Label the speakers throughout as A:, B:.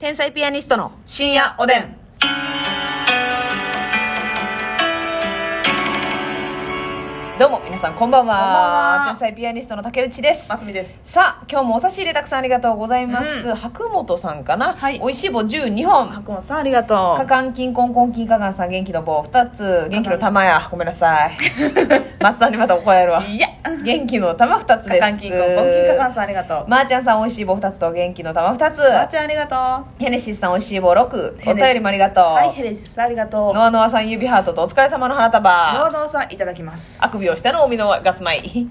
A: 天才ピアニストの
B: 深夜おでん。
A: どうも皆さんこんばんは
B: こんばんは
A: 天才ピアニストの竹内です
B: ますみです。
A: さあ今日もお差し入れたくさんありがとうございます、
B: う
A: 白本さんかな、
B: はい
A: おいしい棒12本
B: 白本さんありがと
A: かかんきんこんこんきんかがんさん元気の棒2つ元気の玉やごめんなさい 松さんにまた怒られるわ
B: う。いや。
A: 元気の玉2つです
B: かかんきんこんこんきんかかんさんありがとう。
A: まー、ちゃんさんおいしい棒2つと元気の玉2つ
B: まーちゃんありがとう。
A: ヘネシスさんおいしい棒6
B: ヘ
A: お
B: ネシス
A: 便りもありがとう、
B: はい、ヘレシスありがとう。
A: ノアノアさん指ハートとお疲れ様の花
B: ノ
A: 束
B: ーノーさんいただきます。
A: あくびをしたのお見のガス米 ね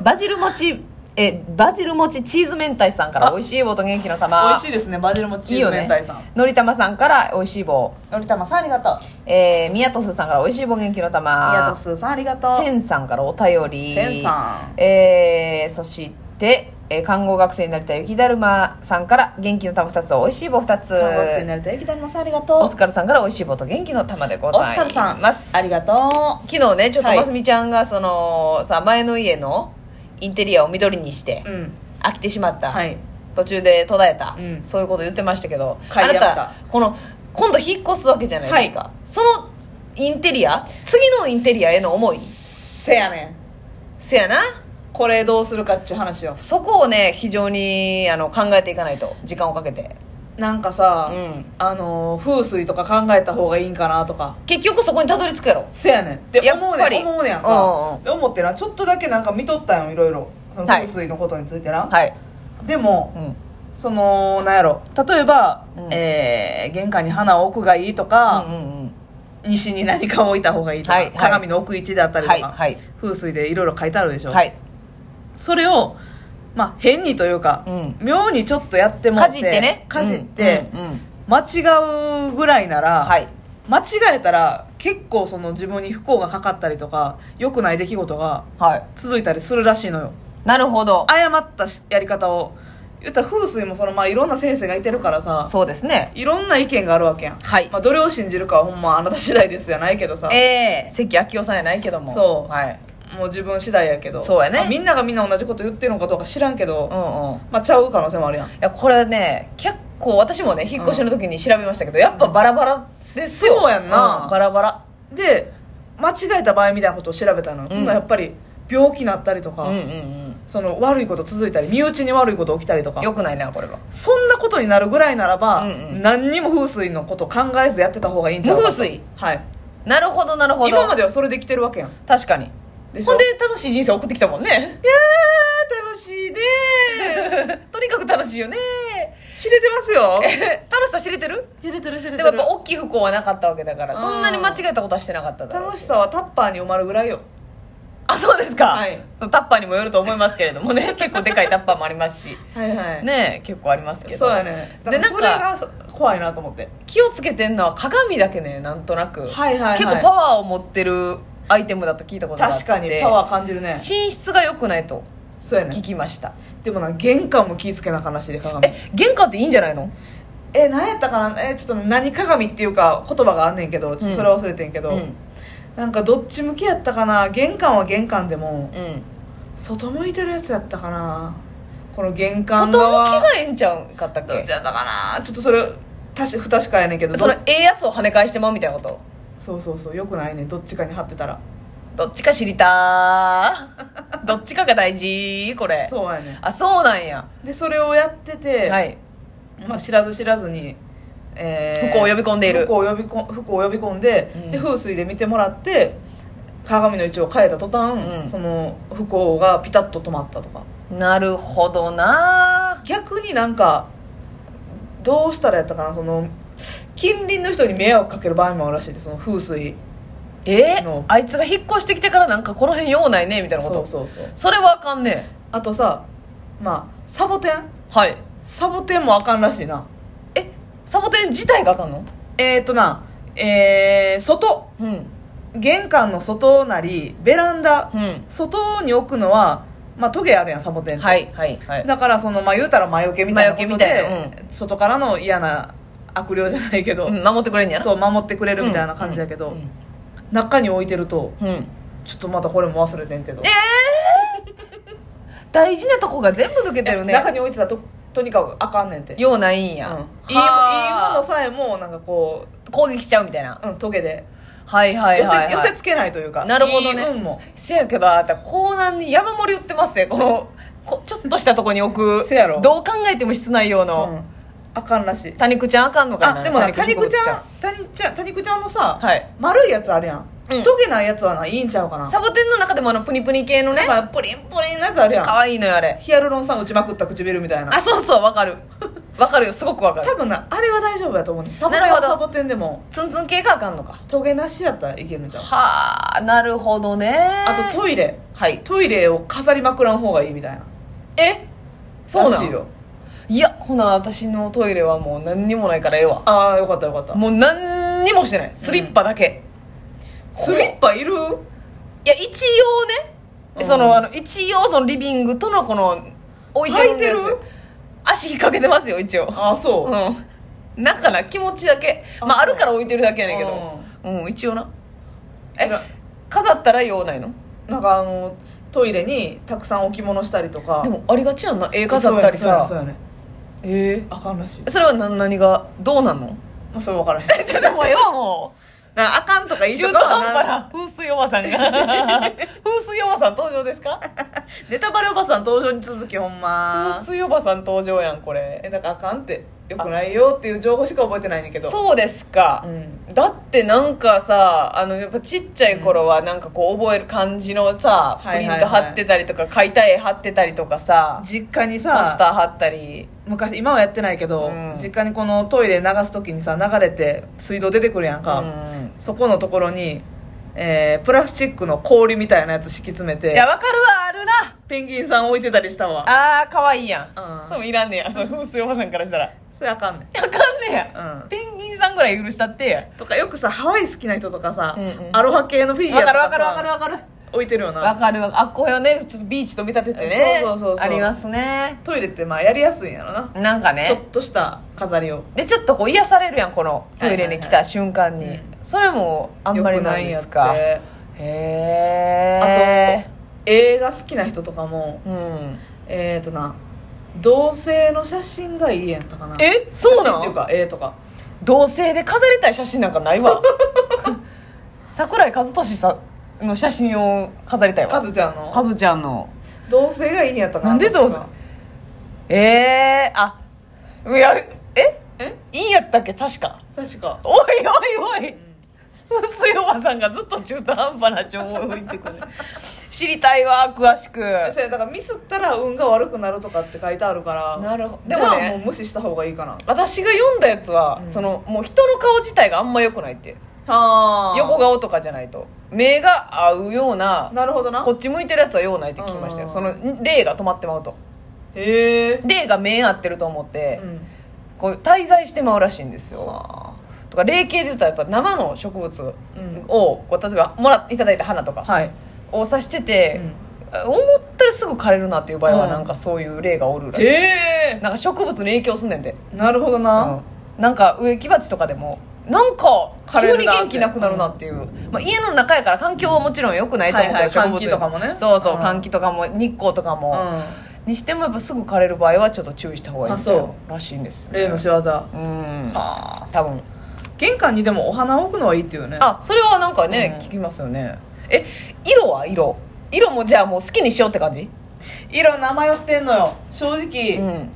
A: バジル餅えバジル餅チーズ明太さんから
B: あ
A: 美味しい棒と元気の玉
B: いですね、バジルも
A: いいよね
B: ん。
A: のりたまさんから美味しい棒
B: のりたまさんありがとう。
A: えー、みやとすさんから美味しい棒元気の玉
B: 宮戸すーさんありがとう。
A: せんさんからお便り
B: せんさん
A: えー、そして、えー看護学生になりたい雪だるまさんから元気の玉2つと美味しい棒2つ
B: 韓国生になりたい雪だるまさんありが
A: オ
B: と
A: ス
B: う。
A: カルさんから美味しい棒と元気の玉でござい
B: オ
A: ます
B: スカルさん、ありがと
A: 昨日ねちょっと
B: はい
A: ますみちゃんがそのさ前の家のインテリアを緑にして
B: う。うん。
A: 飽きてしまった、
B: はい。
A: 途中で途絶えた、
B: うん
A: そういうこと言ってましたけどあ
B: 買い
A: な
B: やめた
A: たこの今度引っ越すわけじゃないですか、
B: は
A: そのインテリア次のインテリアへの思い
B: せやねん。
A: せやな
B: これどうするかっちゅう話を。
A: そこをね非常にあの考えていかないと時間をかけて、
B: なんか
A: う
B: さ、
A: ん、
B: あのー、風水とか考えた方がいいんかなとか。
A: 結局そこにたどり着くやろ
B: せやねんって
A: やっ
B: 思う
A: ぱ
B: ね
A: り
B: ん思うねやん
A: うんうんう
B: か
A: ん
B: で思ってなちょっとだけなんか見とったんよいろいろその
A: はい
B: 風水のことについてな、
A: はい、
B: でも
A: うん、
B: そのなんやろ例えば、
A: うん
B: えー玄関に花を置くがいいと
A: う
B: か、
A: んうんうん
B: 西に何か置いた方がいいとか、
A: はいはい
B: 鏡の置く位置であったりと
A: はい
B: か、
A: はい
B: 風水でいろいろ書いてあるでしょ、
A: はい
B: それをまあ変にというか、
A: うん
B: 妙にちょっとやってもら
A: か
B: っ
A: じ
B: て
A: ってね
B: かじって、
A: うんうんうん
B: 間違うぐらいなら、
A: はい
B: 間違えたら結構その自分に不幸がかかったりとか良くない出来事が
A: はい
B: 続いたりするらしいのよ
A: なるほど
B: 誤ったしやり方を言ったら風水もそのまあいろんな先生がいてるからさ
A: そうですね
B: いろんな意見があるわけやん、
A: はい
B: まあ、どれを信じるかはほんまあなた次第ですやないけどさ
A: ええ関明夫さんやないけども
B: そう
A: はい
B: もう自分次第やけど
A: そうやね
B: まあみんながみんな同じこと言ってるのかどうか知らんけど、
A: うんうん
B: まあちゃう可能性もあるやん
A: いやこれね結構私もね引っ越しの時に調べましたけど、やっぱバラバラですよ
B: そうやんな
A: バラバラ
B: で間違えた場合みたいなことを調べたのよ、
A: うん
B: ほんならやっぱり病気になったりと
A: う
B: か、
A: んうん
B: その悪いこと続いたり身内に悪いこと起きたりと
A: う
B: か
A: んよくないなこれは
B: そんなことになるぐらいならば、
A: うんうん
B: 何にも風水のこと考えずやってた方がいいんちゃう
A: 無
B: かと
A: 風水
B: はい
A: なるほどなるほど
B: 今まではそれできてるわけやん
A: 確かに
B: でしょ
A: ほんで楽しい人生送ってきたもんね
B: あー楽しいね
A: とにかく楽しい よね
B: 知れてますよ
A: 楽しさ知れてる
B: 知れてる知れ
A: でもやっぱ大きい不幸はなかったわけだから
B: うん
A: そんなに間違えたことはしてなかっただろう
B: 楽しさはタッパーに埋まるぐらいよ
A: あそうですか、
B: はい
A: そうタッパーにもよると思いますけれどもね 結構でかいタッパーもありますし
B: はいはい
A: ね結構ありますけど
B: そうやねだ
A: で
B: から
A: なん
B: それが
A: か
B: 怖いなと思って
A: 気をつけてんのは鏡だけねなんとなく、
B: はいはいはい
A: 結構パワーを持ってるアイテムだと聞いたことがあって
B: 確かにパワー感じるね
A: 寝室が良くないと
B: そうや
A: 聞
B: ね
A: きました
B: でもな玄関も気ぃつけなあかんらしいで鏡
A: え玄関っていいんじゃないの
B: え何やったかなえちょっと何鏡っていうか言葉があんねんけどちょっとそれ忘れてんけど、
A: うん
B: なんかどっち向きやったかな玄関は玄関でも
A: うん
B: 外向いてるやつやったかなこの玄
A: 外
B: 関
A: 向
B: 側
A: きがええんちゃうかったっ
B: どっ
A: け
B: ちやったかなちょっとそれたし不確かやねんけど
A: その
B: ど
A: ええやつを跳ね返してまうみたいなこと
B: そうそうそうよくないねんどっちかに貼ってたら
A: どっちか知りたー どっちかが大事これ
B: そうやね
A: あそうなんや
B: んでそれをやってて、
A: はい
B: まあ、知らず知らずに、えー
A: 不幸を呼び込んでいる
B: 不幸を呼びこん不幸を呼び込んで,、
A: うん
B: で風水で見てもらって鏡の位置を変えた途端、
A: うん
B: その不幸がピタッと止まったとか
A: なるほどな
B: 逆になんかどうしたらやったかなその近隣の人に迷惑かける場合もあるらしいですその風水
A: え
B: の
A: あいつが引っ越してきてからなんかこの辺用ないねみたいなこ
B: そう
A: と
B: そうそう
A: それはあかんね
B: あとさまあサボテン
A: はい
B: サボテンもあかんらしいな
A: えサボテン自体があかんの
B: えっ、ー、となえー、外
A: うん
B: 玄関の外なりベランダ
A: うん
B: 外に置くのはまあトゲあるやんサボテンって、
A: はいはいはい
B: だからそのまあ言うたら魔除けみたいなこと
A: 魔除けみ
B: で
A: た、
B: 外からの嫌な悪霊じゃないけど、
A: うん守ってくれんねやな
B: そう守ってくれ
A: う
B: るみたいな感じだけど、
A: ん
B: 中に置いてると
A: うんうん
B: ちょっとまたこれも忘れてんけど
A: え大事なとこが全部抜けてるね
B: 中に置いてたととにかくあかんねんて、うん、いい
A: ようないんや、
B: いいもの
A: さ
B: さえもなんかこ
A: 攻撃しちゃうみたいな
B: う、うん、トゲで
A: はいはい
B: 寄せ,、
A: はい、はい、
B: 寄せつけないというか
A: なるほどね
B: いい運も
A: せやけどあなた港南に山盛り売ってますねこのこちょっとしたとこに置く
B: せやろ
A: どう考えても室内用
B: う
A: の、
B: ん、あかんらしい
A: 多肉ちゃんあかんのかな
B: あでもな多肉ち
A: 植
B: ゃ
A: 物
B: ん多肉ちゃん多肉ちゃんのさ、
A: はい
B: 丸いやつあるやん、
A: うん
B: トゲないやつはないいんちゃうかな
A: サボテンの中でもあのプニプニ系のね
B: なんかプリンプリンのやつあるやん
A: 可愛いのよあれ
B: ヒアルロン酸打ちまくった唇みたいな
A: あそうそうわかる わかるよすごくわか
B: 多
A: る
B: 分なあれは大丈夫やと思うねんサボテン
A: なるほ
B: は
A: ど
B: サボテンでも
A: ツンツン系があかんのか
B: トゲなしやったらいけるんじゃん
A: はあなるほどね
B: あとトイレ
A: はい
B: トイレを飾りまくらん方がいいみたいな
A: えそう
B: ら
A: な
B: しい
A: の
B: よ
A: いやほな私のトイレはもう何にもないからええわ
B: ああよかったよかった
A: もう何にもしてないスリッパだけ、
B: スリッパいる
A: いや一応ね、
B: うん
A: そのあの一応そのリビングとのこの置いてるんです
B: 履いてる
A: 足引っ掛けてますよ一応
B: ああそう、
A: うんなんかな気持ちだけ
B: あ
A: まああ
B: そう
A: るから置いてるだけやねんけどうん一応なえ
B: えら
A: 飾ったら用ないの
B: なんかあのトイレにたくさん置物したりとか
A: でもありがちやんな絵飾ったり
B: そう
A: さ
B: やねそうやね
A: え
B: あかんらしい
A: えそれは何何がどうなんの
B: まあそれ分からへん
A: ちょっともうええわもう
B: なあかんとかいいと
A: 中
B: か
A: 途半
B: は
A: 端
B: な
A: な風水おばさんが風水おばさん登場ですか
B: ネタバレおばさん登場に続きほんま
A: 風水おばさん登場やんこ
B: え
A: れ
B: なんかあかんってよくないよっていう情報しか覚えてないねんけど
A: そうですか
B: う、ん
A: だってなんかさあのやっぱちっちゃい頃はなんかこう覚える漢字のさ、
B: はいはいはい
A: プリント貼ってたりとか描いた絵貼ってたりとかさ
B: 実家に
A: ポスタ
B: さ
A: ー貼ったり
B: 昔今はやってないけど、
A: うん
B: 実家にこのトイレ流す時にさ流れて水道出てくるやんか、
A: うん
B: そこのところに、えープラスチックの氷みたいなやつ敷き詰め
A: いや
B: て
A: わかるわあるな
B: ペンギンさん置いてたりしたわ
A: あーかわいいやん、
B: うん
A: そうもいらんねやそれ風水おばさんからしたら
B: それあかんね
A: あかんねや、
B: んうん
A: ペンギンさんぐらい許したってや
B: とかよくさハワイ好きな人とかさ、
A: うんうん
B: アロハ系のフィギュア
A: わ
B: と
A: かるわ
B: か
A: かるわかる
B: さ
A: わかる
B: 置いてるよ
A: わ
B: な
A: かるわあっこよねちょっとビーチと見立ててね
B: そうそうそうそ
A: あ
B: う
A: りますね
B: トイレってまあやりやすいんやろな、
A: なんか
B: ちょっ
A: ね
B: とした飾りを
A: でちょっとこう癒されるやんこのトイレに来た瞬間に、
B: はいはいはいう
A: それもあんまりないですか
B: よくないんやって
A: へえ
B: 映画好きな人とかも
A: あとうん
B: えっ、ー、とな同性の写真がいいやったかな
A: えそう
B: 写
A: な
B: 真っていう
A: の
B: か絵とか
A: 同性で飾りたい写真なんかないわ 桜井和寿さんの写真を飾りたい
B: カ
A: わ
B: ズちゃんの
A: 和ちゃんの
B: 同性がいいんやったかな
A: なんで同性
B: 確か
A: ええあいやえ
B: え
A: いいんやったっけ確か
B: 確か
A: おいおいおい薄いおばさんがずっと中途半端な情報を言ってくる知りたいわ詳しく
B: それだからミスったら運が悪くなるとかって書いてあるから
A: なるほど
B: で
A: で
B: も
A: も
B: もう
A: ね
B: 無視した方がいいかな
A: 私が読んだやつは、
B: うん
A: そのもう人の顔自体があんま良くないって
B: はあ
A: 横顔とかじゃないと目が合うような
B: なるほどな
A: こっち向いてるやつはようないって聞きました
B: う
A: よ
B: ん
A: その霊が止まってまうと
B: へえ
A: 霊が目合ってると思って、
B: うん
A: こう滞在してまうらしいんですよ
B: は
A: とか霊系で言ったらやっぱ生の植物
B: うん
A: をこう例えばもらっていただいた花と
B: あ
A: か
B: はい
A: を刺してて、
B: うん
A: 思ったらすぐ枯れるなっていう場合は
B: うん
A: なんかそういう霊がおるらしい、
B: へえ
A: なんか植物に影響すんねんて、
B: なるほどな
A: なんか植木鉢とかでもなんか
B: 枯れ
A: 急
B: るなって
A: に元気なくなるなっていう、まあ、家の中やから環境はもちろん良くないと思うけど、
B: はいは
A: 植物
B: い換気とかもね
A: そうそう、
B: うん
A: 換気とかも日光とか
B: う
A: も、
B: ん
A: にしてもやっぱすぐ枯れる場合はちょっと注意した方がいい
B: あ
A: み
B: そ
A: たい
B: う
A: ならしいんですよね
B: 例の仕業は
A: うん
B: あ
A: 多分
B: 玄関にでもお花を置くのはいいっていうね
A: あそれはなんかね、
B: うん
A: 聞きますよねえ色は色色もじゃあもう好きにしようって感じ
B: 色名迷ってんのよ正直、
A: うん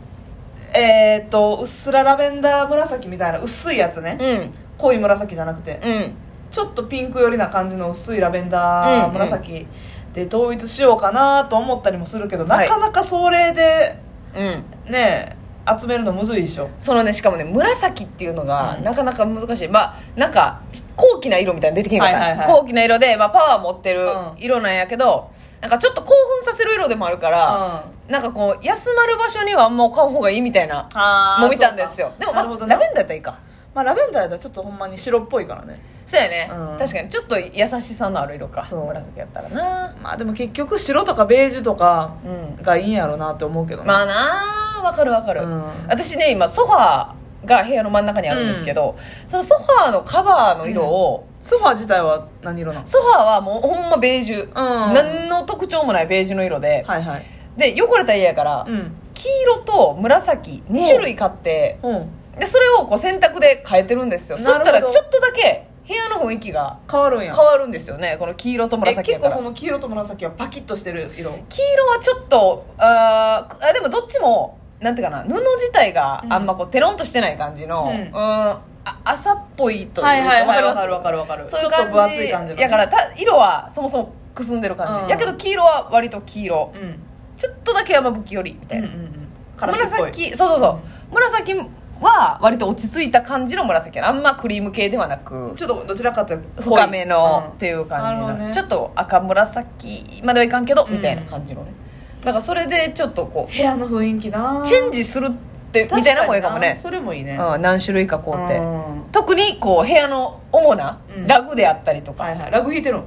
B: えーっとうっすらラベンダー紫みたいな薄いやつね、
A: うん
B: 濃い紫じゃなくて、
A: うん
B: ちょっとピンク寄りな感じの薄いラベンダー紫で統一しようかなと思ったりもするけど、
A: はい
B: なかなかそれで
A: うん
B: ね集めるのむずいでしょ
A: そのねしかもね紫っていうのが
B: うん
A: なかなか難しい、まあなんか高貴な色みたいに出てけんかった、
B: はいはいはい
A: 高貴な色で、まあ、パワー持ってる
B: うん
A: 色なんやけど、なんかちょっと興奮させる色でもあるから、なんかこう休まる場所にはあんま置かん方がいいみたいな
B: あ
A: も見たんですよでも、ま
B: な
A: あ
B: るほどね
A: ラベンダーやったらいいか
B: まあ、ラベンダーやったらちょっとほんまに白っぽいからね
A: そうやね、
B: うん
A: 確かにちょっと優しさのある色か
B: そう
A: 紫やったらな
B: まあでも結局白とかベージュとか
A: うん
B: がいいんやろうなって思うけどね
A: まあなあわかるわかる、
B: うん
A: 私ね今ソファーが部屋の真ん中にあるんですけど、そのソファーのカバーの色を、
B: ソファー自体は何色なの
A: ソファーはもうほんまベージュ、
B: うん
A: 何の特徴もないベージュの色で、
B: はいはい
A: で汚れた家やから、
B: うん
A: 黄色と紫2種類買って
B: うん
A: でそれをこう洗濯で変えてるんですよ
B: なる
A: そ
B: ほど
A: したらちょっとだけ部屋の雰囲気が
B: 変わるんや
A: 変わるんですよねこの黄色と
B: え
A: 紫や
B: 結
A: か
B: 構
A: ら
B: その黄色と紫はパキッとしてる色
A: 黄色はちょっとあーあでもどっちもなんていうかな布自体があんまこうテロンとしてない感じの、
B: うん
A: うんあ朝っぽいというか、
B: はいはいはい
A: わか
B: わか
A: り
B: る
A: ま
B: わかるわかる
A: す
B: ち
A: そうい
B: ょ
A: う
B: っ
A: 感じ
B: と分厚い感じのね
A: やからた色はそもそもくすんでる感じ、
B: うん
A: やけど黄色は割と黄色
B: うんうん
A: ちょっとだけ山吹よりみた
B: う
A: い
B: んう
A: な、
B: んからしっぽい
A: 紫そうそうそう、紫は割と落ち着いた感じの紫やなあんまクリーム系ではなく
B: ちょっとどちらかというと濃い
A: 深めの
B: う
A: っ
B: ん
A: ていう感じ
B: なる
A: の、
B: ほどね
A: ちょっと赤紫まではいかんけど、
B: うん
A: みたいな感じのねだからそれでちょっとこ
B: 部屋の雰囲気な
A: うチェンジするってみたいなのもいいかも
B: 確に
A: ね
B: なそれもいいね
A: うん、何種類かこうって、
B: うん
A: 特にこう部屋の主な
B: うん
A: ラグであったりとか、
B: はいはいラグ引いてるの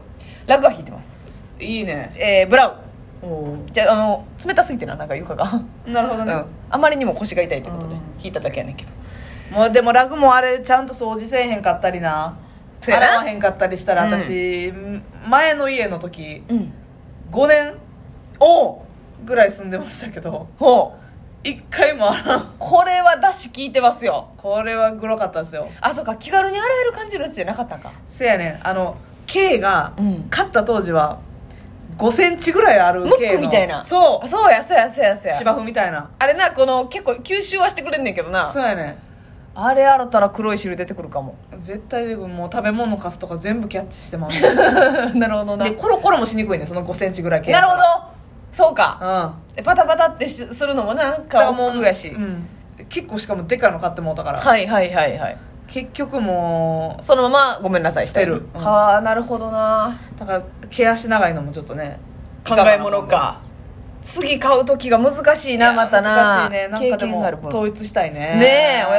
A: ラグは引いてます、
B: いいね
A: えー、ブラウン
B: お
A: じゃああの冷たすぎてななんか床が、
B: ーなるほ
A: う
B: どね
A: ん、あまりにも腰が痛いということで
B: うん
A: 引いただけやねんけど
B: もうでもラグもあれちゃんと掃除せえへんかったりな
A: せやな
B: 洗わへんかったりしたら
A: うん
B: 私、前の家の時
A: うん
B: 5年
A: おう
B: ぐらい住んでましたけど
A: ほう
B: 一回も洗わん
A: これはだし効いてますよ
B: これはグロかったですよ
A: あそうか気軽に洗える感じのやつじゃなかったんか
B: せやねんあの K が
A: うん
B: 買った当時は5センチぐらいある
A: ムック
B: K の
A: みたいな
B: そ
A: あそうやそうやそうやそう
B: う
A: や
B: 芝生みたいな
A: あれなこの結構吸収はしてくれんねんけどな
B: そうやね
A: あれ洗ったら黒い汁出てくる かも
B: ん絶対でもう食べ物のカスとか全部キャッチしてます
A: なるほどな
B: でコロコロもしにくいねんその5センチぐらい K
A: なるほどそうか
B: どうん
A: パタパタってしするのもなんか億劫やし、
B: うん、結構しかもでかいの買ってもうたから、
A: はいはいはいはい
B: 結局も
A: そのままごめんなさい
B: 捨てるうん
A: はあなるほどな
B: うだから毛足長いのもちょっとね
A: 考え物か次買う時が難しい
B: いか
A: な
B: がなも
A: ま
B: んです
A: たな
B: 難しいねなんかで
A: 経験がある
B: も
A: 分
B: 統一したいね
A: ねえお